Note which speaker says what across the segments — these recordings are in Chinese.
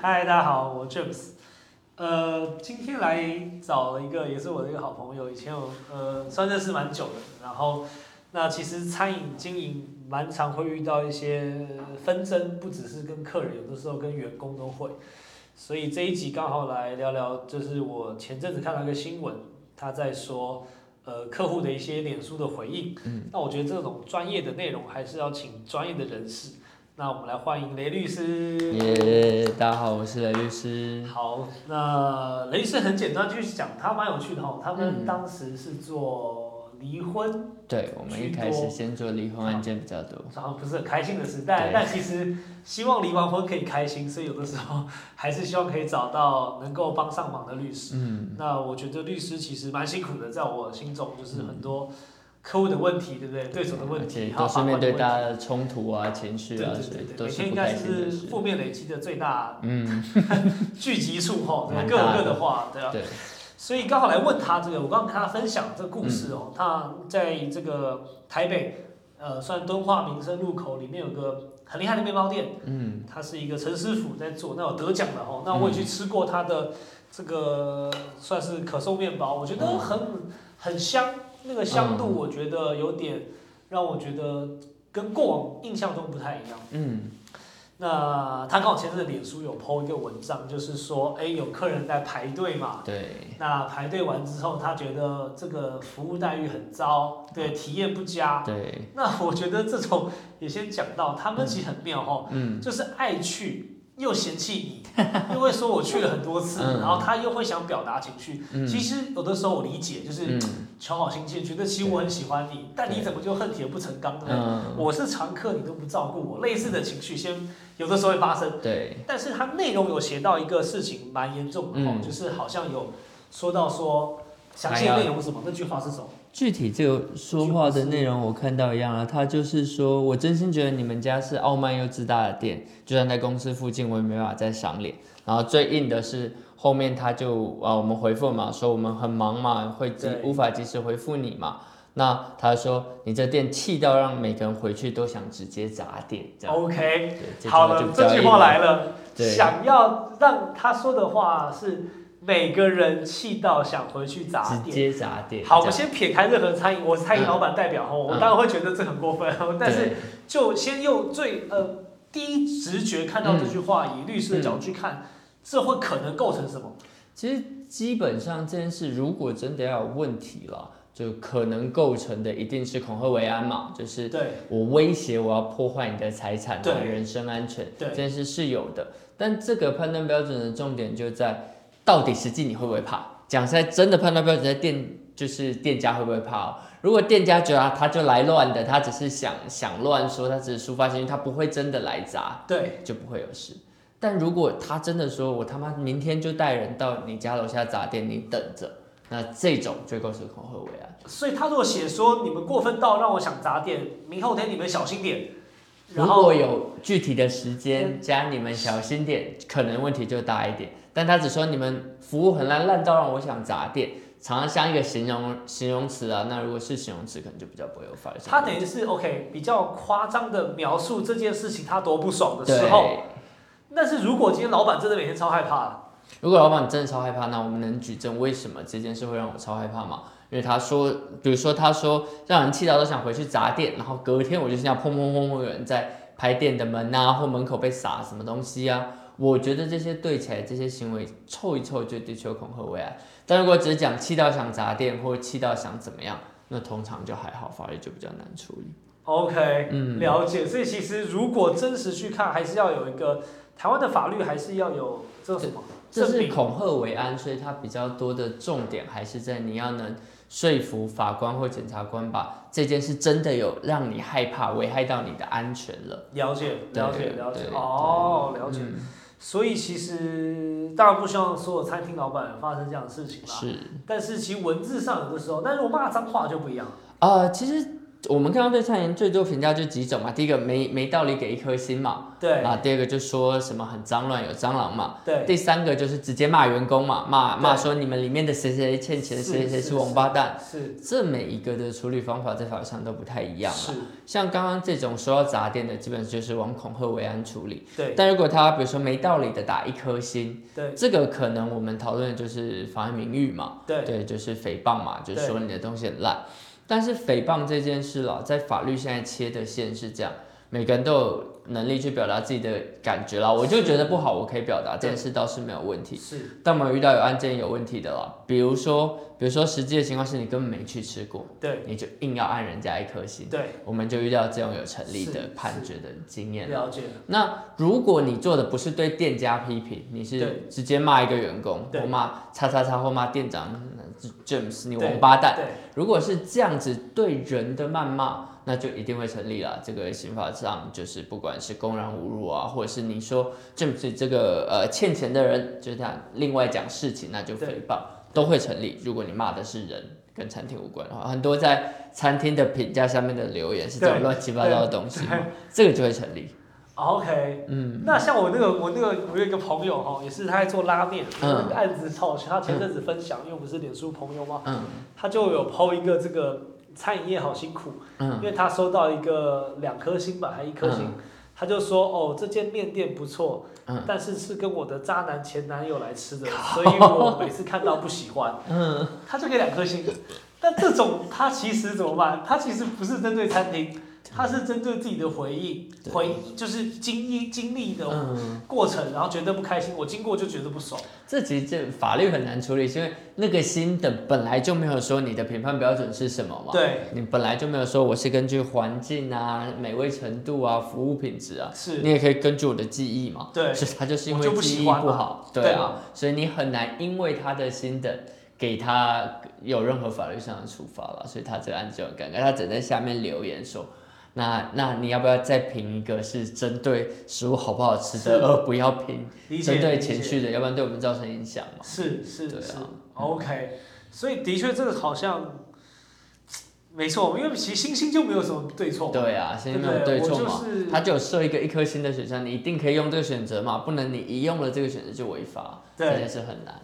Speaker 1: 嗨，大家好，我 James。呃，今天来找了一个，也是我的一个好朋友，以前我呃算认识蛮久的。然后，那其实餐饮经营蛮常会遇到一些纷争，不只是跟客人，有的时候跟员工都会。所以这一集刚好来聊聊，就是我前阵子看到一个新闻，他在说，呃，客户的一些脸书的回应。
Speaker 2: 嗯。
Speaker 1: 那我觉得这种专业的内容还是要请专业的人士。那我们来欢迎雷律师。
Speaker 2: 耶大家好，我是雷律师。
Speaker 1: 好，那雷神很简单去讲，他蛮有趣的哦。他们
Speaker 2: 嗯
Speaker 1: 当时是做离婚，
Speaker 2: 对，我们
Speaker 1: 许
Speaker 2: 一开
Speaker 1: 多
Speaker 2: 始先做离婚案件比较多。
Speaker 1: 好像不是很开心的事，但
Speaker 2: 对
Speaker 1: 但其实希望离完婚可以开心，所以有的时候还是希望可以找到能够帮上忙的律师。
Speaker 2: 嗯，
Speaker 1: 那我觉得律师其实蛮辛苦的，在我心中就是很多客户的问题，对不对？对手的
Speaker 2: 而
Speaker 1: 问题，
Speaker 2: 且
Speaker 1: 还有
Speaker 2: 都
Speaker 1: 法
Speaker 2: 是面
Speaker 1: 官的
Speaker 2: 对
Speaker 1: 问
Speaker 2: 大
Speaker 1: 题。
Speaker 2: 家的冲突啊、情绪
Speaker 1: 对
Speaker 2: 啊，
Speaker 1: 对
Speaker 2: 所以
Speaker 1: 对对，
Speaker 2: 都
Speaker 1: 每
Speaker 2: 是
Speaker 1: 天
Speaker 2: 不
Speaker 1: 应该
Speaker 2: 开心
Speaker 1: 是
Speaker 2: 的事。
Speaker 1: 负面累积的最大
Speaker 2: 嗯，
Speaker 1: 聚集处吼，对吧，
Speaker 2: 蛮
Speaker 1: 各有
Speaker 2: 大
Speaker 1: 各的
Speaker 2: 的
Speaker 1: 话，对啊。
Speaker 2: 对，
Speaker 1: 所以刚好来问他这个，我刚刚跟他分享这个故事
Speaker 2: 嗯
Speaker 1: 哦，他在这个台北，呃，算敦化民生路口里面有个很厉害的面包店，
Speaker 2: 嗯，
Speaker 1: 他是一个陈师傅在做，那有得奖的哦，那我也去吃过他的这个算是可颂面包，我觉得很很香，那个香度
Speaker 2: 嗯
Speaker 1: 我觉得有点让我觉得跟过往印象中不太一样。
Speaker 2: 嗯，
Speaker 1: 那他刚好前阵子脸书有 po 一个文章，就是说，哎，有客人在排队嘛，
Speaker 2: 对，
Speaker 1: 那排队完之后，他觉得这个服务待遇很糟，对，体验不佳。
Speaker 2: 对，
Speaker 1: 那我觉得这种也先讲到，他们其实很妙哦，
Speaker 2: 嗯，
Speaker 1: 就是爱去又嫌弃你，又会说我去了很多次，
Speaker 2: 嗯
Speaker 1: 然后他又会想表达情绪。
Speaker 2: 嗯，
Speaker 1: 其实有的时候我理解，就是
Speaker 2: 嗯，
Speaker 1: 求好心切，觉得其实我很喜欢你，但你怎么就恨铁不成钢呢？
Speaker 2: 嗯，
Speaker 1: 我是常客，你都不照顾我，类似的情绪先有的时候会发生。
Speaker 2: 对，
Speaker 1: 但是它内容有写到一个事情蛮严重的、哦，
Speaker 2: 嗯
Speaker 1: 就是好像有说到说详细的内容是什么，那句话是什么？
Speaker 2: 具体这个说话的内容我看到一样啊，他就是说我真心觉得你们家是傲慢又自大的店，就算在公司附近我也没办法再赏脸。然后最硬的是后面他就啊，我们回复嘛，说我们很忙嘛，会及
Speaker 1: 对
Speaker 2: 无法及时回复你嘛。那他说你这店气到让每个人回去都想直接砸店这样。
Speaker 1: OK，
Speaker 2: 对，这
Speaker 1: 好
Speaker 2: 句话就
Speaker 1: 了，
Speaker 2: 比较
Speaker 1: 这句
Speaker 2: 硬
Speaker 1: 话
Speaker 2: 了
Speaker 1: 来了，
Speaker 2: 对
Speaker 1: 想要让他说的话是每个人气到想回去砸
Speaker 2: 直
Speaker 1: 店。
Speaker 2: 接砸店。
Speaker 1: 好，我
Speaker 2: 这
Speaker 1: 们
Speaker 2: 样
Speaker 1: 先撇开任何餐饮，我是餐饮
Speaker 2: 嗯
Speaker 1: 老板代表哦，我
Speaker 2: 嗯
Speaker 1: 当然会觉得这很过分， 但是
Speaker 2: 对
Speaker 1: 就先用最呃第一直觉看到这句话，
Speaker 2: 嗯
Speaker 1: 以律师的角度去看，这会可能构成什么？
Speaker 2: 其实基本上这件事，如果真的要有问题了，就可能构成的一定是恐吓为安嘛，就是
Speaker 1: 对
Speaker 2: 我威胁我要破坏你的财产、啊、
Speaker 1: 对
Speaker 2: 人身安全，
Speaker 1: 对
Speaker 2: 这件事是有的。但这个判断标准的重点就在到底实际你会不会怕？讲实在，真的判断标准在店就是店家会不会怕、哦？如果店家觉得啊他就来乱的，他只是想想乱说，他只是抒发情绪，他不会真的来砸，
Speaker 1: 对，
Speaker 2: 就不会有事。但如果他真的说我他妈明天就带人到你家楼下砸店，你等着，那这种就构成恐吓为安。
Speaker 1: 所以他如果写说你们过分到让我想砸店，明后天你们小心点，
Speaker 2: 如
Speaker 1: 然后
Speaker 2: 果有具体的时间加你们小心点，可能问题就大一点。但他只说你们服务很烂，烂到让我想砸店，常常像一个形容形容词啊。那如果是形容词，可能就比较不会有发生。
Speaker 1: 他等于是 OK 比较夸张的描述这件事情他多不爽的时候，
Speaker 2: 对，
Speaker 1: 但是如果今天老板真的每天超害怕了，
Speaker 2: 如果老板真的超害怕，那我们能举证为什么这件事会让我超害怕吗？因为他说，比如说他说让人气到都想回去砸店，然后隔天我就像砰砰砰砰有人在拍店的门啊或门口被撒什么东西啊，我觉得这些对起来这些行为凑一凑就的确有恐吓为安。但如果只讲气到想砸店或气到想怎么样，那通常就还好，法律就比较难处理。
Speaker 1: ，OK，
Speaker 2: 嗯，
Speaker 1: 了解。所以其实如果真实去看，还是要有一个台湾的法律还是要有这什么
Speaker 2: 这
Speaker 1: 证
Speaker 2: 是
Speaker 1: 明。
Speaker 2: 恐吓为安，所以它比较多的重点还是在你要能说服法官或检察官把这件事真的有让你害怕、危害到你的安全了。
Speaker 1: 了解，了解，
Speaker 2: 对
Speaker 1: 了解
Speaker 2: 对。
Speaker 1: 哦，了解。
Speaker 2: 嗯
Speaker 1: 所以其实当然不希望所有餐厅老板发生这样的事情啦。
Speaker 2: 是
Speaker 1: 但是其实文字上有的时候，但是我骂脏话就不一样了。
Speaker 2: 啊、呃其实我们看到对餐饮最多评价就几种嘛，第一个没没道理给一颗星嘛，
Speaker 1: 对
Speaker 2: 啊，第二个就说什么很脏乱有蟑螂嘛，
Speaker 1: 对
Speaker 2: 第三个就是直接骂员工嘛，骂
Speaker 1: 对
Speaker 2: 骂说你们里面的谁谁欠钱，
Speaker 1: 是
Speaker 2: 谁谁
Speaker 1: 是
Speaker 2: 是王八蛋，
Speaker 1: 是
Speaker 2: 这每一个的处理方法在法律上都不太一样啊
Speaker 1: 是
Speaker 2: 了。，像刚刚这种说到砸店的，基本就是往恐吓为安处理。
Speaker 1: 对
Speaker 2: 但如果他比如说没道理的打一颗星，
Speaker 1: 对
Speaker 2: 这个可能我们讨论的就是妨碍名誉嘛，
Speaker 1: 对
Speaker 2: 对，就是诽谤嘛，就是
Speaker 1: 对
Speaker 2: 说你的东西很烂。但是诽谤这件事啦，在法律现在切的线是这样，每个人都有能力去表达自己的感觉啦。我就觉得不好，我可以表达这件事倒是没有问题。
Speaker 1: 是
Speaker 2: 但我们有遇到有案件有问题的啦，比如说，比如说实际的情况是你根本没去吃过，
Speaker 1: 对
Speaker 2: 你就硬要按人家一颗星，
Speaker 1: 对，
Speaker 2: 我们就遇到这种有成立的
Speaker 1: 是
Speaker 2: 判
Speaker 1: 是
Speaker 2: 决的经验啦。啊
Speaker 1: 了解
Speaker 2: 那如果你做的不是对店家批评，你是
Speaker 1: 对
Speaker 2: 直接骂一个员工，
Speaker 1: 对
Speaker 2: 或骂叉叉叉，或骂店长嗯 James 你
Speaker 1: 对
Speaker 2: 王八蛋。
Speaker 1: 对
Speaker 2: 如果是这样子对人的谩骂，那就一定会成立了。这个刑法上就是不管是公然侮辱啊，或者是你说 James 这个呃欠钱的人，就是他另外讲事情，那就诽
Speaker 1: 对
Speaker 2: 谤都会成立。如果你骂的是人。跟餐厅无关的话，很多在餐厅的评价下面的留言是这种
Speaker 1: 对
Speaker 2: 乱七八糟的东西嘛，这个就会成立。
Speaker 1: ，OK。
Speaker 2: 嗯，
Speaker 1: 那像我那个我那个我有一个朋友哈，也是他在做拉面，
Speaker 2: 嗯
Speaker 1: 那个案子超有趣。他前阵子分享，因为我们是脸书朋友嘛，
Speaker 2: 嗯
Speaker 1: 他就有 PO 一个这个餐饮业好辛苦，因
Speaker 2: 嗯
Speaker 1: 为他收到一个两颗星吧，还一颗星，他就说哦，这间面店不错，
Speaker 2: 嗯
Speaker 1: 但是是跟我的渣男前男友来吃的，所以我每次看到不喜欢，
Speaker 2: 嗯，
Speaker 1: 他就给两颗星。但这种他其实怎么办？他其实不是针对餐厅，他是针对自己的回忆，
Speaker 2: 对
Speaker 1: 回忆就是经历经历的
Speaker 2: 嗯，
Speaker 1: 过程，然后觉得不开心，我经过就觉得不爽。
Speaker 2: 这其实这法律很难处理，是因为那个新的本来就没有说你的评判标准是什么嘛，，
Speaker 1: 对，
Speaker 2: 你本来就没有说我是根据环境啊、美味程度啊、服务品质啊，
Speaker 1: 是
Speaker 2: 你，也可以根据我的记忆嘛，
Speaker 1: 对，
Speaker 2: 是他就是因为
Speaker 1: 我就不
Speaker 2: 记忆
Speaker 1: 喜
Speaker 2: 不
Speaker 1: 欢嘛
Speaker 2: 好，对啊，所以你很难因为他的新的。给他有任何法律上的处罚了，所以他这个案子就很尴尬。他只能在下面留言说：“那那你要不要再评一个是针对食物好不好吃的，
Speaker 1: 是
Speaker 2: 而不要评
Speaker 1: 理解
Speaker 2: 针对
Speaker 1: 理解
Speaker 2: 情绪的，要不然对我们造成影响嘛。
Speaker 1: 是是
Speaker 2: 对啊
Speaker 1: 是、
Speaker 2: 嗯
Speaker 1: o k 所以的确这个好像没错，因为其实星星就没有什么对错，
Speaker 2: 对啊，现在没有
Speaker 1: 对
Speaker 2: 对
Speaker 1: 不对？
Speaker 2: 错
Speaker 1: 我
Speaker 2: 嘛，
Speaker 1: 就是
Speaker 2: 他就有设一个一颗星的选项，你一定可以用这个选择嘛，不能你一用了这个选择就违法，这
Speaker 1: 对
Speaker 2: 件事很难。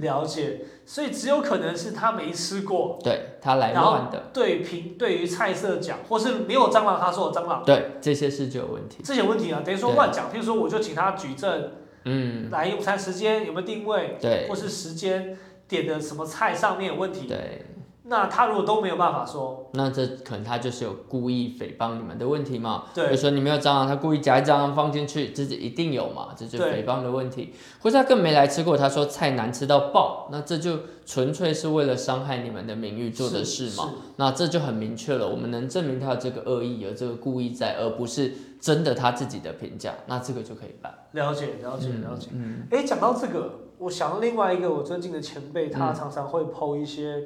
Speaker 1: 了解，所以只有可能是他没吃过，
Speaker 2: 对他来
Speaker 1: 然后
Speaker 2: 乱的，
Speaker 1: 对评对于菜色讲，或是没有蟑螂他说有蟑螂
Speaker 2: 对这些事就有问题。
Speaker 1: 这些问题啊，等于说
Speaker 2: 对
Speaker 1: 乱讲，譬如说我就请他举证
Speaker 2: 嗯，
Speaker 1: 来用餐时间有没有定位，
Speaker 2: 对
Speaker 1: 或是时间点的什么菜上面有问题，
Speaker 2: 对，
Speaker 1: 那他如果都没有办法说，
Speaker 2: 那这可能他就是有故意诽谤你们的问题嘛。比如
Speaker 1: 对
Speaker 2: 说你没有蟑螂，他故意夹一蟑螂放进去，这是一定有嘛，这就是
Speaker 1: 对
Speaker 2: 诽谤的问题。或者他更没来吃过，他说菜难吃到爆，那这就纯粹是为了伤害你们的名誉做的事嘛。？那这就很明确了，我们能证明他有这个恶意，有这个故意在，而不是真的他自己的评价，那这个就可以办。
Speaker 1: 了解了解
Speaker 2: 嗯
Speaker 1: 了解。
Speaker 2: 嗯，
Speaker 1: 哎、讲到这个，我想到另外一个我尊敬的前辈，
Speaker 2: 嗯
Speaker 1: 他常常会剖一些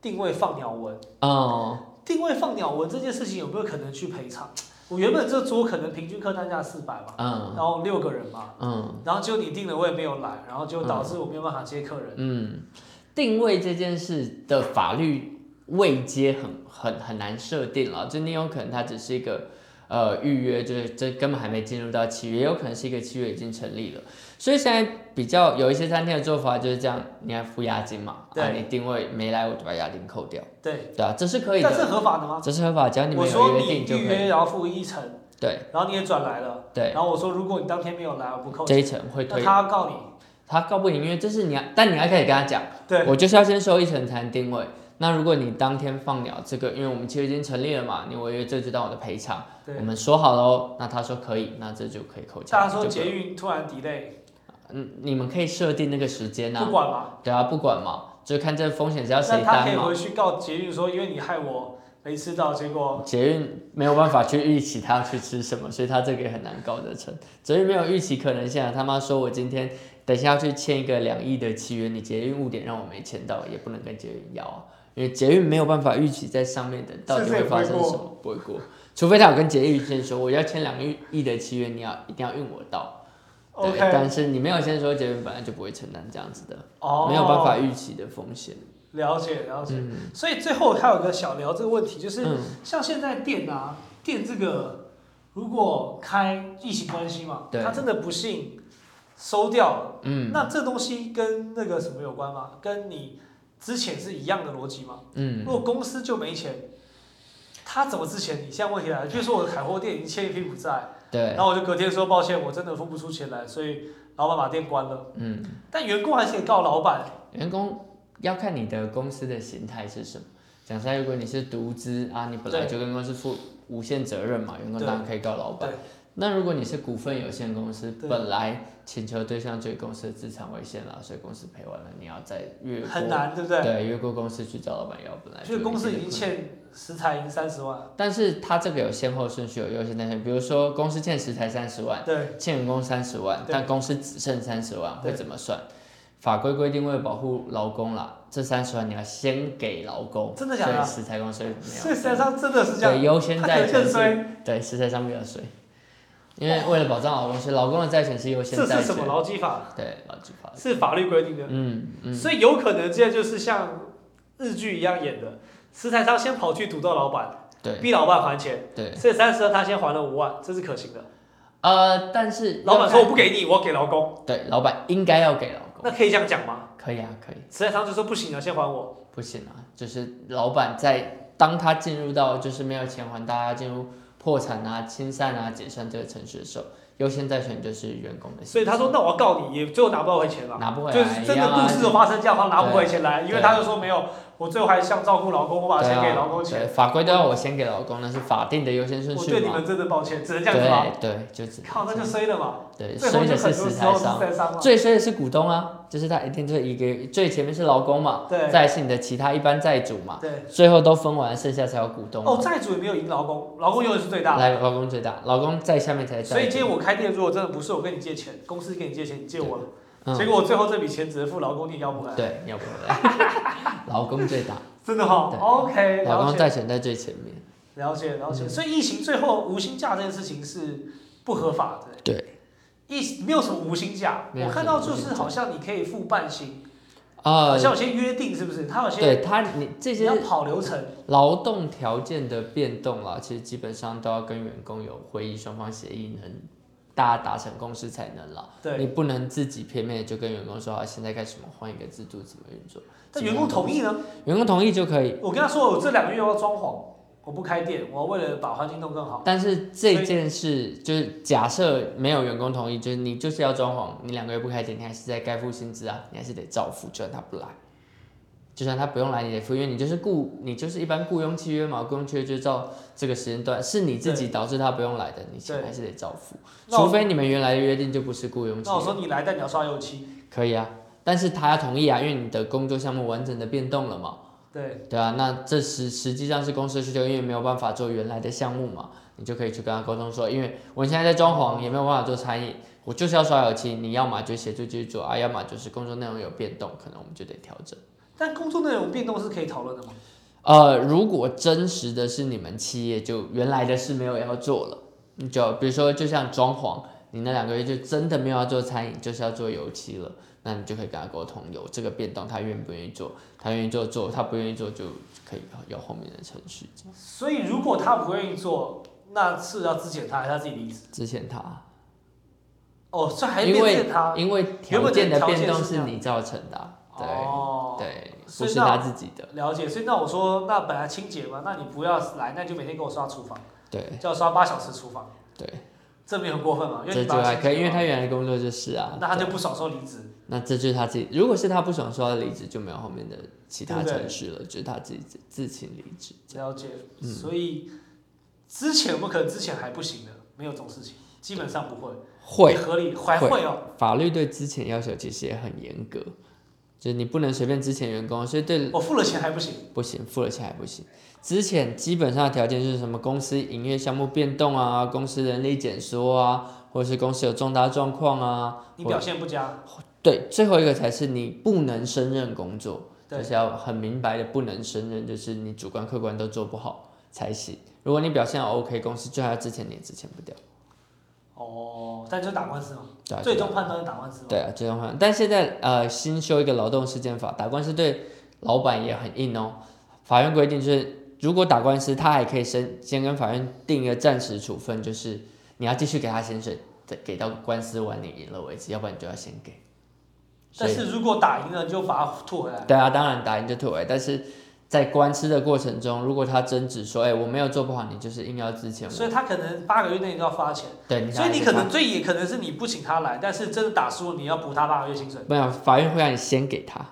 Speaker 1: 定位放鸟文。
Speaker 2: 哦，
Speaker 1: 定位放鸟文这件事情有没有可能去赔偿？我原本这桌可能平均客单价四百嘛，
Speaker 2: 嗯
Speaker 1: 然后六个人嘛，
Speaker 2: 嗯
Speaker 1: 然后就你定的我也没有来，然后就导致我没有办法接客人。
Speaker 2: 嗯，定位这件事的法律位阶很很很难设定了，就你有可能它只是一个呃预约，就是这根本还没进入到契约，也有可能是一个契约已经成立了。所以现在比较有一些餐厅的做法就是这样，你要付押金嘛，
Speaker 1: 对
Speaker 2: 啊，你定位没来我就把押金扣掉，
Speaker 1: 对，
Speaker 2: 对啊，这是可以
Speaker 1: 但是
Speaker 2: 的，
Speaker 1: 合法的吗？
Speaker 2: 啊这是合法，只要你
Speaker 1: 我
Speaker 2: 们有
Speaker 1: 说
Speaker 2: 约
Speaker 1: 你
Speaker 2: 定就
Speaker 1: 预
Speaker 2: 可以，
Speaker 1: 约然后付一成，
Speaker 2: 对
Speaker 1: 然后你也转来了，
Speaker 2: 对，
Speaker 1: 然后我说如果你当天没有来，我不扣
Speaker 2: 这
Speaker 1: 钱，
Speaker 2: 一层会
Speaker 1: 那
Speaker 2: 推，
Speaker 1: 他要告你。
Speaker 2: 他告不赢，因为这是你要，但你还可以跟他讲。
Speaker 1: 对
Speaker 2: 我就是要先收一层才能定位。那如果你当天放鸟，这个因为我们契约已经成立了嘛，你违约罪就当我的赔偿，我
Speaker 1: 对，
Speaker 2: 们说好喽。那他说可以，那这就可以扣钱。
Speaker 1: 大家说
Speaker 2: 就不
Speaker 1: 捷运突然 delay，
Speaker 2: 嗯，你们可以设定那个时间
Speaker 1: 不
Speaker 2: 啊，
Speaker 1: 管嘛，
Speaker 2: 对啊，不管嘛，就看这风险是要
Speaker 1: 那
Speaker 2: 谁
Speaker 1: 他可
Speaker 2: 担
Speaker 1: 以
Speaker 2: 嘛
Speaker 1: 回。去告捷运说，因为你害我没吃到，结果
Speaker 2: 捷运没有办法去预期他要去吃什么，所以他这个也很难告得成。捷运没有预期可能性啊，他妈说我今天等一下要去签一个两亿的契约，你捷运误点让我没签到，也不能跟捷运要啊，因为捷运没有办法预期在上面的到底
Speaker 1: 这次也
Speaker 2: 会发生
Speaker 1: 不会过
Speaker 2: 什么，不会过，除非他有跟捷运先说我要签两亿亿的契约，你要一定要运我到。对
Speaker 1: OK，
Speaker 2: 但是你没有先说，捷运本来就不会承担这样子的，
Speaker 1: 哦，
Speaker 2: 没有办法预期的风险。
Speaker 1: 了解了解。
Speaker 2: 嗯
Speaker 1: 所以最后还有个小聊这个问题，就是
Speaker 2: 嗯
Speaker 1: 像现在店啊，店这个如果开疫情关系嘛，
Speaker 2: 对
Speaker 1: 他真的不幸收掉了，
Speaker 2: 嗯
Speaker 1: 那这东西跟那个什么有关吗？跟你之前是一样的逻辑吗？如
Speaker 2: 嗯，
Speaker 1: 果公司就没钱，他怎么之前你现在问题来了，比如说我的凯货店已经欠一屁股债，
Speaker 2: 对
Speaker 1: 然，后我就隔天说抱歉，我真的付不出钱来，所以老板把店关了，
Speaker 2: 嗯，
Speaker 1: 但员工还是可以告老板，
Speaker 2: 员工要看你的公司的形态是什么。讲实在，如果你是独资啊，你本来就跟公司负无限责任嘛，员工
Speaker 1: 对
Speaker 2: 当然可以告老板
Speaker 1: 对。
Speaker 2: 那如果你是股份有限公司，
Speaker 1: 对
Speaker 2: 本来请求对象就是公司的资产为限了，所以公司赔完了，你要再越过
Speaker 1: 很难，对不对？
Speaker 2: 对越过公司去找老板要，本来
Speaker 1: 就
Speaker 2: 就是
Speaker 1: 公司
Speaker 2: 有
Speaker 1: 已
Speaker 2: 一定
Speaker 1: 经
Speaker 2: 的
Speaker 1: 欠食材已经三十万，
Speaker 2: 但是它这个有先后顺序，有优先单选。比如说，公司欠食材三十万，
Speaker 1: 对，
Speaker 2: 欠员工三十万，
Speaker 1: 对
Speaker 2: 但公司只剩三十万，
Speaker 1: 对
Speaker 2: 会怎么算？法规规定，为了保护劳工啦，这三十万你要先给劳工，
Speaker 1: 真的假的啊
Speaker 2: 所以食材公司没
Speaker 1: 所以
Speaker 2: 有，
Speaker 1: 实际上真的是这样，
Speaker 2: 对，优先
Speaker 1: 他可
Speaker 2: 债
Speaker 1: 能更
Speaker 2: 权是，
Speaker 1: 衰，
Speaker 2: 对，食材上面的税，因为为了保障劳工权，劳工的债权是优先
Speaker 1: 这
Speaker 2: 债
Speaker 1: 是什
Speaker 2: 权
Speaker 1: 么，劳基法？
Speaker 2: 对，劳基法，
Speaker 1: 是法律规定的，
Speaker 2: 嗯嗯，
Speaker 1: 所以有可能这就是像日剧一样演的，食材商先跑去堵到老板，
Speaker 2: 对
Speaker 1: 逼老板还钱，
Speaker 2: 对，
Speaker 1: 所以三十他先还了五万，这是可行的。
Speaker 2: 呃，但是
Speaker 1: 老板
Speaker 2: 要
Speaker 1: 说
Speaker 2: 看
Speaker 1: 我不，给你，我要给劳工，
Speaker 2: 对，老板应该要给劳工，
Speaker 1: 那可以这样讲吗？
Speaker 2: 可以啊，可以。
Speaker 1: 食材商就说不行啊，先还我，
Speaker 2: 不行啊，就是老板在当他进入到就是没有钱还，大家进入破产啊、清算啊、解散这个程序的时候，优先债权就是员工的薪水。
Speaker 1: 所以他说那我要告你，也最后拿不到回钱了。
Speaker 2: 拿不回来，
Speaker 1: 就是真
Speaker 2: 一
Speaker 1: 的
Speaker 2: 样啊
Speaker 1: 故事的发生这样，他拿不回钱来，
Speaker 2: 对
Speaker 1: 因为他就说没有，我最后还想照顾老公，我把钱给老公
Speaker 2: 对啊
Speaker 1: 钱，
Speaker 2: 对法规都要我先给老公，那是法定的优先顺
Speaker 1: 我
Speaker 2: 序
Speaker 1: 对你
Speaker 2: 嘛。
Speaker 1: 们真的抱歉，只能这样子吗？
Speaker 2: 对对，就只能
Speaker 1: 靠，那
Speaker 2: 这
Speaker 1: 就
Speaker 2: 样
Speaker 1: 衰了嘛。
Speaker 2: 对，
Speaker 1: 最
Speaker 2: 所
Speaker 1: 后
Speaker 2: 以
Speaker 1: 就
Speaker 2: 的
Speaker 1: 很
Speaker 2: 是
Speaker 1: 多
Speaker 2: 食
Speaker 1: 时
Speaker 2: 材
Speaker 1: 候是啊
Speaker 2: 商，
Speaker 1: 在商嘛。
Speaker 2: 最衰的是股东啊，就是他一定最一个最前面是劳工嘛，
Speaker 1: 对
Speaker 2: 再来是你的其他一般债主嘛，
Speaker 1: 对。
Speaker 2: 最后都分完，剩下才有股东嘛。
Speaker 1: 哦，债主也没有赢劳工，劳工永远是最大的。
Speaker 2: 来，劳工最大，劳工在下面才是
Speaker 1: 所以
Speaker 2: 债主
Speaker 1: 今天我开店，如果真的不是我跟你借钱，公司跟你借钱，你借我了，
Speaker 2: 嗯
Speaker 1: 结果我最后这笔钱只能付劳工，你也要不来，
Speaker 2: 对，要不然 劳工最大，
Speaker 1: 真的哈、
Speaker 2: 对
Speaker 1: OK，
Speaker 2: 劳
Speaker 1: 了
Speaker 2: 工嗯
Speaker 1: 解，
Speaker 2: 债权在最前面。
Speaker 1: 了解，了解。所以疫情最后无薪假这件事情是不合法的。
Speaker 2: 对。
Speaker 1: 一没有什么无薪假，
Speaker 2: 没有
Speaker 1: 我看到就是好像你可以付半薪，好
Speaker 2: 呃，
Speaker 1: 像有些约定是不是？它有些
Speaker 2: 对他，你这
Speaker 1: 你要
Speaker 2: 些
Speaker 1: 跑流程，
Speaker 2: 劳动条件的变动啦，其实基本上都要跟员工有会议，双方协议能大家达成共识才能啦。
Speaker 1: 对。
Speaker 2: 你不能自己片面地就跟员工说啊，现在该怎么换一个制度，怎么运作。
Speaker 1: 但员工同意呢？
Speaker 2: 员工同意就可以，
Speaker 1: 我跟他说，我这两个月我要装潢，我不开店，我要为了把环境弄更好。
Speaker 2: 但是
Speaker 1: 所
Speaker 2: 这
Speaker 1: 以
Speaker 2: 件事就是假设没有员工同意，就是你就是要装潢，你两个月不开店，你还是在该付薪资啊，你还是得照付，就算他不来，就算他不用来，你得付，因为你就是雇，你就是一般雇佣契约嘛，雇佣契约就照这个时间段，是你自己导致他不用来的，你钱
Speaker 1: 对
Speaker 2: 还是得照付，
Speaker 1: 那
Speaker 2: 除
Speaker 1: 我
Speaker 2: 非你们原来的约定就不是雇佣契
Speaker 1: 那我
Speaker 2: 约，
Speaker 1: 说你来，但你要刷油漆，
Speaker 2: 可以啊，但是他要同意啊，因为你的工作项目完整的变动了嘛，
Speaker 1: 对，
Speaker 2: 对啊，那这实实际上是公司的需求，因为没有办法做原来的项目嘛，你就可以去跟他沟通说，因为我现在在装潢，也没有办法做餐饮，我就是要刷油漆，你要么就协助继续做啊，要么就是工作内容有变动，可能我们就得调整。
Speaker 1: 但工作内容变动是可以讨论的吗？
Speaker 2: 呃，如果真实的是你们企业就原来的事没有要做了，你就比如说就像装潢，你那两个月就真的没有要做餐饮，就是要做油漆了，那你就可以跟他沟通有这个变动，他愿不愿意做，他愿意做做，他不愿意做就可以有后面的程序。
Speaker 1: 所以如果他不愿意做，那是要之前他还是他自己离职？
Speaker 2: 之前他，
Speaker 1: 哦，这还
Speaker 2: 因
Speaker 1: 变
Speaker 2: 为
Speaker 1: 见他
Speaker 2: 因为条件的变动是你造成的啊、
Speaker 1: 哦，
Speaker 2: 对对，
Speaker 1: 所
Speaker 2: 不
Speaker 1: 以
Speaker 2: 是
Speaker 1: 那
Speaker 2: 他自己的，
Speaker 1: 了解。所以那我说，那本来清洁嘛，那你不要来，那你就每天给我刷厨房，
Speaker 2: 对
Speaker 1: 就要刷八小时厨房，
Speaker 2: 对，
Speaker 1: 这没有很过分嘛？因为
Speaker 2: 这
Speaker 1: 你
Speaker 2: 就
Speaker 1: 把它
Speaker 2: 还可以，
Speaker 1: 清洁
Speaker 2: 因为
Speaker 1: 嘛
Speaker 2: 他原来工作就是啊，
Speaker 1: 那他就
Speaker 2: 对
Speaker 1: 不爽说离职。
Speaker 2: 那这就是他自己，如果是他不爽说要离职，就没有后面的其他
Speaker 1: 对不对
Speaker 2: 程序了，就是他自己自自行离职。
Speaker 1: 了解，
Speaker 2: 嗯
Speaker 1: 所以之前我可能之前还不行的，没有这种事情，基本上不会，
Speaker 2: 会
Speaker 1: 合理还
Speaker 2: 会
Speaker 1: 会哦。
Speaker 2: 法律对之前要求其实也很严格，就是你不能随便之前员工，所以对
Speaker 1: 我付了钱还不行，
Speaker 2: 不行，付了钱还不行。之前基本上的条件就是什么公司营业项目变动啊，公司人力减缩啊，或者是公司有重大状况啊。
Speaker 1: 你表现不佳，
Speaker 2: 对，最后一个才是你不能胜任工作，就
Speaker 1: 对
Speaker 2: 是要很明白的不能胜任，就是你主观客观都做不好才行。如果你表现 OK，公司就算要之前你也之前不掉，
Speaker 1: 哦，但就是打官司嘛，
Speaker 2: 对啊，
Speaker 1: 最
Speaker 2: 对啊
Speaker 1: 终判断是打官司嘛。
Speaker 2: 对啊，最终换。但现在呃，新修一个劳动事件法，打官司对老板也很硬哦。法院规定就是，如果打官司，他还可以申先跟法院定一个暂时处分，就是你要继续给他薪水，再给到官司完你赢了为止，要不然你就要先给。所
Speaker 1: 但
Speaker 2: 以
Speaker 1: 是如果打赢了，你就把它吐回来。
Speaker 2: 对啊，当然打赢就退回，但是在官司的过程中，如果他争执说，哎、我没有做不好，你就是硬要支钱
Speaker 1: 所
Speaker 2: 我，
Speaker 1: 以他可能八个月内就要发钱，
Speaker 2: 对，你
Speaker 1: 所以
Speaker 2: 拿
Speaker 1: 你
Speaker 2: 去
Speaker 1: 可
Speaker 2: 罚
Speaker 1: 能最也可能是你不请他来，但是真的打输，你要补他八个月薪水，
Speaker 2: 没有法院会让你先给他，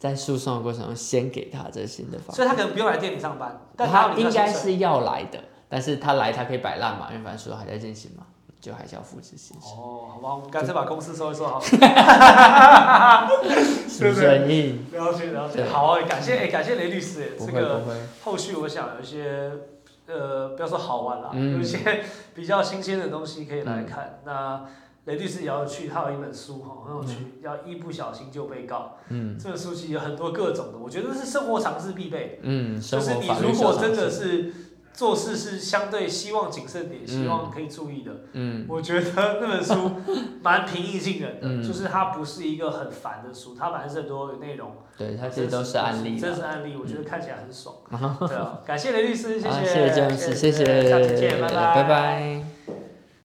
Speaker 2: 在诉讼的过程中先给他这个新的法，
Speaker 1: 所以他可能不用来店里上班，但他
Speaker 2: 他
Speaker 1: 要领
Speaker 2: 应
Speaker 1: 到薪
Speaker 2: 该
Speaker 1: 水。
Speaker 2: 是要来的，但是他来他可以摆烂嘛，因为反正诉讼还在进行嘛，就还是要付这些，
Speaker 1: 哦，好吧，我们干脆把公司收一收好了。
Speaker 2: 是不是很硬？
Speaker 1: 了解了解，
Speaker 2: 对
Speaker 1: 好，感谢哎，感谢雷律师，哎
Speaker 2: 不
Speaker 1: 这
Speaker 2: 会
Speaker 1: 个
Speaker 2: 不会，
Speaker 1: 后续我想有一些呃，不要说好玩啦，
Speaker 2: 嗯
Speaker 1: 有一些比较新鲜的东西可以来看。那雷律师也要去，他有一本书哈，很有趣，叫《一不小心就被告》。
Speaker 2: 嗯
Speaker 1: 这本书其实有很多各种的，我觉得是生活常识必备。
Speaker 2: 嗯，
Speaker 1: 就
Speaker 2: 生
Speaker 1: 是
Speaker 2: 活
Speaker 1: 你
Speaker 2: 法律
Speaker 1: 如果
Speaker 2: 小
Speaker 1: 真的
Speaker 2: 常识，
Speaker 1: 是做事是相对希望谨慎点，希望
Speaker 2: 嗯
Speaker 1: 可以注意的，
Speaker 2: 嗯
Speaker 1: 我觉得那本书蛮平易近人的，
Speaker 2: 嗯
Speaker 1: 就是它不是一个很烦的书，它反正是很多有内容。
Speaker 2: 对，他这都是案例
Speaker 1: 真
Speaker 2: 啦，嗯
Speaker 1: 实案例，我觉得看起 来很爽。对啊，感谢雷律师，谢
Speaker 2: 啊，
Speaker 1: 谢
Speaker 2: 谢谢詹姆斯，谢谢，
Speaker 1: 下次见，拜
Speaker 2: 拜拜。